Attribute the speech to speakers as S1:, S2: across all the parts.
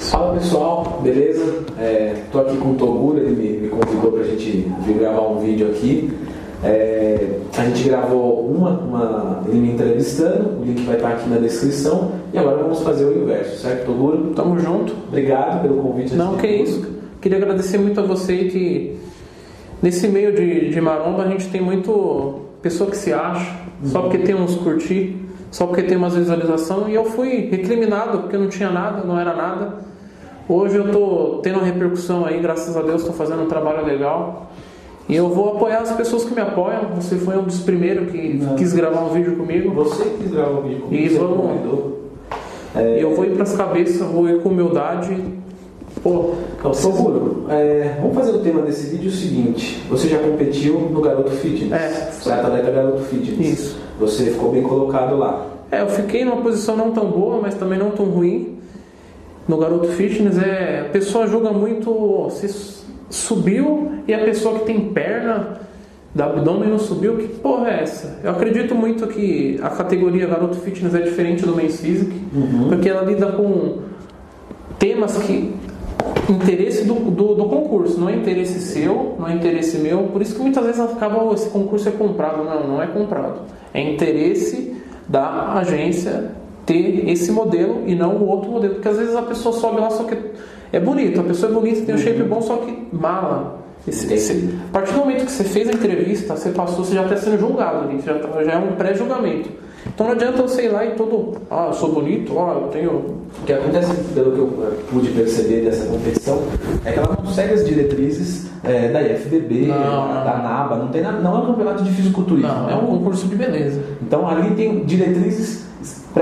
S1: Fala pessoal, beleza? É, tô aqui com o Toguro, ele me, me convidou pra gente vir gravar um vídeo aqui. É, a gente gravou uma, uma- ele me entrevistando, o link vai estar aqui na descrição. E agora vamos fazer o inverso, certo, Toguro?
S2: Tamo junto.
S1: Obrigado pelo convite.
S2: Não, que isso. Queria agradecer muito a você que nesse meio de, de maromba a gente tem muito pessoa que se acha, só porque tem uns curtir, só porque tem umas visualização e eu fui recriminado porque eu não tinha nada, não era nada. Hoje eu tô tendo uma repercussão aí, graças a Deus, tô fazendo um trabalho legal. E eu vou apoiar as pessoas que me apoiam. Você foi um dos primeiros que
S1: Não.
S2: quis gravar um vídeo comigo.
S1: Você que quis gravar o vídeo comigo,
S2: E
S1: você
S2: vamos-
S1: me convidou. É,
S2: E eu vou ir pras cabeças, vou ir com humildade. Pô,
S1: Então, Toguro, é, vamos fazer o tema desse vídeo o seguinte. Você já competiu no Garoto Fitness.
S2: É.
S1: Você é atleta Garoto Fitness.
S2: Isso.
S1: Você ficou bem colocado lá.
S2: É, eu fiquei numa posição não tão boa, mas também não tão ruim. No Garoto Fitness, é, a pessoa julga muito se s- subiu e a pessoa que tem perna do abdômen não subiu. Que porra é essa? Eu acredito muito que a categoria Garoto Fitness é diferente do Men's Physique, porque ela lida com temas que interesse do, do, do concurso, não é interesse seu, não é interesse meu, por isso que muitas vezes acaba "Oh, esse concurso é comprado, não, não é comprado. É interesse da agência ter esse modelo e não o outro modelo, porque às vezes a pessoa sobe lá só que é bonito, a pessoa é bonita, tem um shape bom, só que mala. Esse, esse- a partir do momento que você fez a entrevista, você passou, você já está sendo julgado ali, você já, tá- já é um pré-julgamento. Então não adianta eu sei lá e todo, ah, eu sou bonito, ó, eu tenho
S1: O que acontece, pelo que eu eh, pude perceber dessa competição, é que ela não segue as diretrizes eh, da IFBB,
S2: Não,
S1: da,
S2: não.
S1: da NABA, não, tem nada, não é um campeonato de fisiculturismo.
S2: Não, é um concurso de beleza.
S1: Então ali tem diretrizes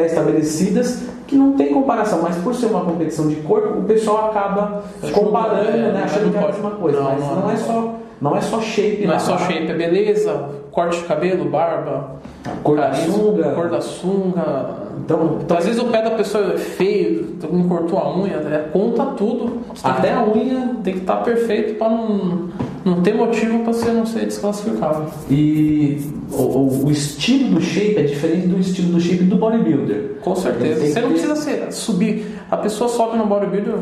S1: pré-estabelecidas que não tem comparação, mas por ser uma competição de corpo, o pessoal acaba comparando,
S2: é,
S1: né, achando
S2: não
S1: que é a
S2: pode.
S1: mesma coisa.
S2: Não,
S1: mas não,
S2: não, não.
S1: é só, não é só shape,
S2: Não é
S1: nada.
S2: só shape, é beleza, corte de cabelo, barba,
S1: Tá, Cor da sunga.
S2: cor da sunga.
S1: Então,
S2: Então, às vezes o pé da pessoa é feio, não cortou a unha, né? conta tudo. Você
S1: até
S2: tem
S1: a unha
S2: que, um, tem que estar perfeito pra não, não ter motivo pra você não ser desclassificável.
S1: e o, o- o estilo do shape é diferente do estilo do shape do bodybuilder.
S2: Com certeza.
S1: Tem
S2: Você não
S1: que-
S2: precisa ser, subir. A pessoa sobe no bodybuilder,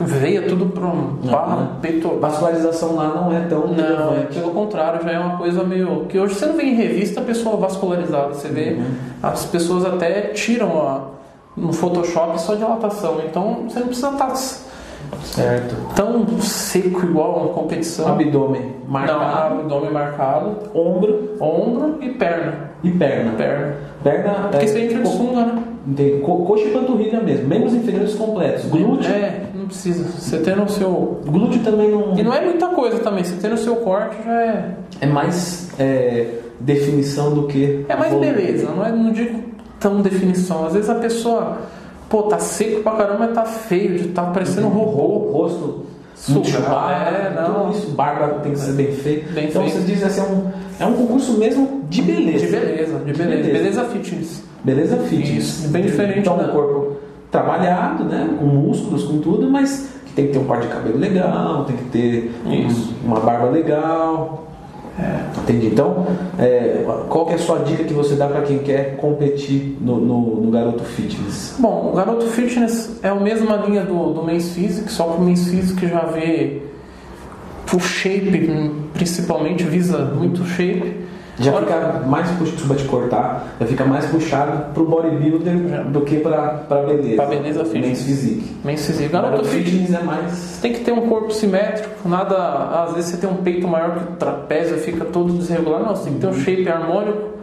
S2: veia tudo pra um barra,
S1: né? A
S2: peitoral.
S1: vascularização lá não é tão
S2: Não, é
S1: relevante.
S2: pelo contrário, já é uma coisa meio. que hoje você não vê em revista pessoa vascularizada, você vê
S1: Uhum.
S2: as pessoas até tiram a, no Photoshop só dilatação, então você não precisa estar
S1: Certo.
S2: tão seco igual a uma competição.
S1: Abdômen marcado,
S2: Não, abdômen marcado,
S1: ombro
S2: ombro e perna.
S1: e perna.
S2: Perna.
S1: Perna
S2: Porque você
S1: é,
S2: entra de
S1: co-
S2: sunga, né?
S1: entendi, co- coxa e panturrilha mesmo, membros inferiores completos. Glúteo,
S2: É, não precisa. Você ter no seu.
S1: glúteo também não,
S2: E não é muita coisa também, você ter no seu corte já é.
S1: é mais é, definição do que.
S2: É mais
S1: volume.
S2: beleza, não, é, não digo tão definição. Às vezes a pessoa, pô, tá seco pra caramba, tá feio, de- tá parecendo um
S1: O
S2: rorô.
S1: rosto
S2: Sugado,
S1: muito chupado,
S2: é, não.
S1: tudo isso, barba tem que ser bem feita.
S2: Bem
S1: então
S2: feita.
S1: você diz assim, é um, é um concurso mesmo de beleza.
S2: De beleza, de beleza.
S1: Beleza.
S2: Beleza, fitness.
S1: Beleza fitness.
S2: Isso, bem diferente
S1: Então,
S2: da-
S1: um corpo trabalhado, né? Com músculos, com tudo, mas que tem que ter um par de cabelo legal, tem que ter um-
S2: Isso.
S1: uma barba legal. Entendi. Então, é, qual que é a sua dica que você dá para quem quer competir no, no- no Garoto Fitness?
S2: Bom, o Garoto Fitness é a mesma linha do, do Men's Physique, só que o Men's Physique já vê o shape, principalmente, visa muito shape.
S1: Já
S2: Fora-
S1: fica mais puxado, desculpa te cortar, já fica mais puxado pro bodybuilder
S2: Já.
S1: do que pra, pra beleza.
S2: Pra beleza
S1: Men's
S2: fitness.
S1: physique.
S2: Men's Physique. Garoto, Fitness.
S1: é mais.
S2: Você tem que ter um corpo simétrico, nada. Às vezes você tem um peito maior que o trapézio, fica todo desregular. Não, você tem que ter um shape harmônico.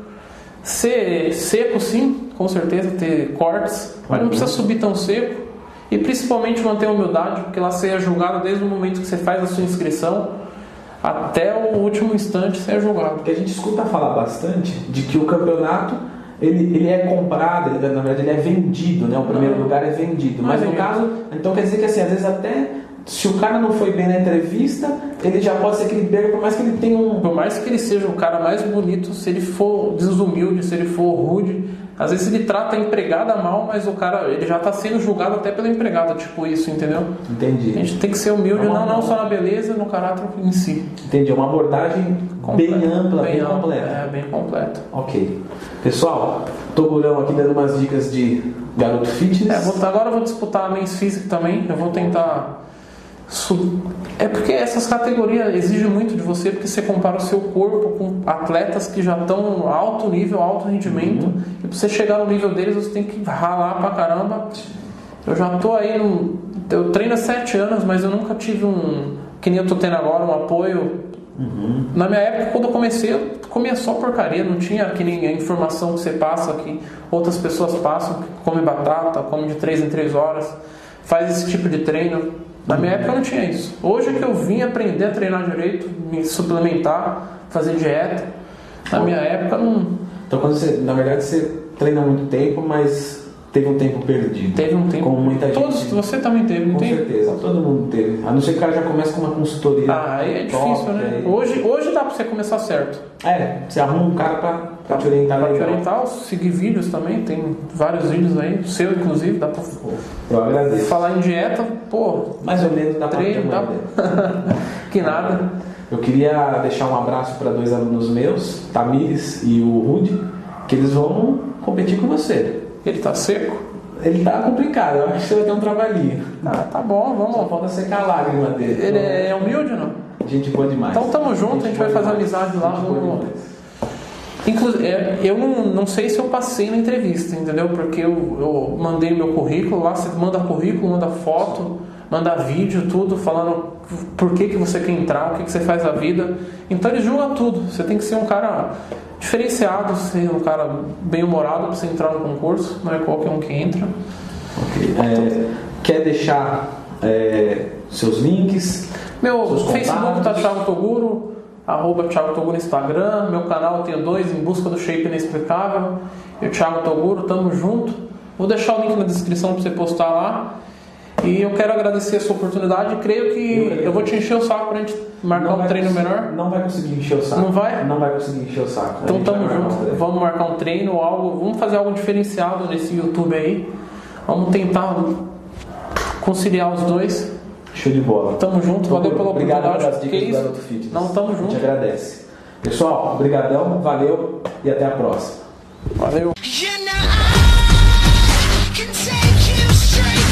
S2: Ser seco, sim, com certeza, ter cortes, mas não precisa subir tão seco. E principalmente manter a humildade, porque lá você é julgado desde o momento que você faz a sua inscrição até o último instante você é julgado.
S1: Porque a gente escuta falar bastante de que o campeonato ele, ele é comprado, ele- na verdade ele é vendido, né? O primeiro
S2: Não.
S1: lugar é vendido.
S2: Não
S1: Mas
S2: é
S1: no
S2: vendido.
S1: caso, então quer dizer que assim, às vezes até se o cara não foi bem na entrevista, ele já pode ser que ele perca, por mais que ele tenha um.
S2: Por mais que ele seja o cara mais bonito, se ele for desumilde, se ele for rude, Às vezes ele trata a empregada mal, mas o cara ele já está sendo julgado até pela empregada, tipo isso, entendeu? A
S1: Entendi.
S2: gente tem que ser humilde,
S1: É uma-
S2: não, não só na beleza, no caráter em si.
S1: Entendi. É uma abordagem bem
S2: Completo,
S1: ampla, bem,
S2: amplo,
S1: completa.
S2: É, bem completo.
S1: Ok. Pessoal, Togurão aqui dando umas dicas de garoto fitness.
S2: É, vou- agora eu vou disputar a Men's Physique também. Eu vou tentar. su- É porque essas categorias exigem muito de você, porque você compara o seu corpo com atletas que já estão no alto nível, alto rendimento. E pra você chegar no nível deles, você tem que ralar pra caramba. Eu já tô aí no. Eu treino há sete anos, mas eu nunca tive um. Que nem eu tô tendo agora, um apoio. Na minha época, quando eu comecei, eu comia só porcaria, não tinha que nem a informação que você passa, que outras pessoas passam, que come batata, come de 3 em 3 horas, faz esse tipo de treino. Na minha época não tinha isso. Hoje é que eu vim aprender a treinar direito, me suplementar, fazer dieta. Na minha época não
S1: Então quando você, na verdade, você treina há muito tempo, mas teve um tempo perdido.
S2: teve um tempo.
S1: Como muita gente.
S2: Todos, você também teve, não
S1: Com
S2: tem?
S1: certeza, todo mundo teve. A não ser que o cara já comece com uma consultoria.
S2: Ah, aí é
S1: top,
S2: difícil, né?
S1: aí-
S2: Hoje, hoje dá pra você começar certo.
S1: É, você arruma um cara pra, pra te orientar
S2: Dá pra te
S1: legal.
S2: orientar, seguir vídeos também, tem vários vídeos aí, seu inclusive, dá pra
S1: Eu agradeço.
S2: falar em dieta, pô,
S1: Mais ou menos dá pra ter uma
S2: Treino, dá-
S1: ideia.
S2: que nada.
S1: Eu queria deixar um abraço para dois alunos meus, Tamires e o Rude, que eles vão competir com você.
S2: Ele tá seco?
S1: Ele tá complicado, eu acho que você vai ter um trabalhinho.
S2: Ah, tá bom,
S1: Só
S2: vamos.
S1: falta secar a lágrima dele.
S2: Ele é humilde ou não?
S1: Gente boa demais.
S2: Então tamo junto, a gente vai
S1: boa
S2: fazer
S1: demais.
S2: amizade lá,
S1: Gente boa
S2: vamos-
S1: demais.
S2: Inclusive, é, eu não, não sei se eu passei na entrevista, entendeu? Porque eu, eu mandei meu currículo lá, você manda currículo, manda foto, manda vídeo, tudo, falando por que, que você quer entrar, o que, que você faz da vida. Então eles julgam tudo. Você tem que ser um cara diferenciado, ser um cara bem humorado pra você entrar no concurso, não é qualquer um que entra.
S1: É, quer deixar é, seus links?
S2: Meu
S1: Seus
S2: Facebook tá
S1: contatos.
S2: Thiago Toguro, arroba Thiago Toguro no Instagram, meu canal eu tenho dois, Em Busca do Shape Inexplicável, eu Thiago Toguro, tamo junto. Vou deixar o link na descrição pra você postar lá. E eu quero agradecer a sua oportunidade. Creio
S1: Eu é
S2: que
S1: agradeço.
S2: eu vou te encher o saco pra gente marcar um
S1: vai
S2: treino
S1: conseguir-
S2: melhor.
S1: Não vai conseguir encher o saco.
S2: Não vai?
S1: Não vai conseguir encher o saco. A
S2: Então
S1: gente
S2: tamo
S1: vai marcar
S2: junto.
S1: um treino.
S2: Vamos marcar um treino ou algo. Vamos fazer algo diferenciado nesse YouTube aí. Vamos tentar conciliar os dois.
S1: Show de bola. Então,
S2: Tamo junto, Então, valeu pela
S1: Obrigado pelas
S2: oportunidade. Que
S1: dicas do
S2: isso?
S1: Garoto Fitness.
S2: Não, tamo
S1: A gente
S2: junto.
S1: agradece. Pessoal, obrigadão, valeu e até a próxima.
S2: Valeu.
S3: You know I can take you straight.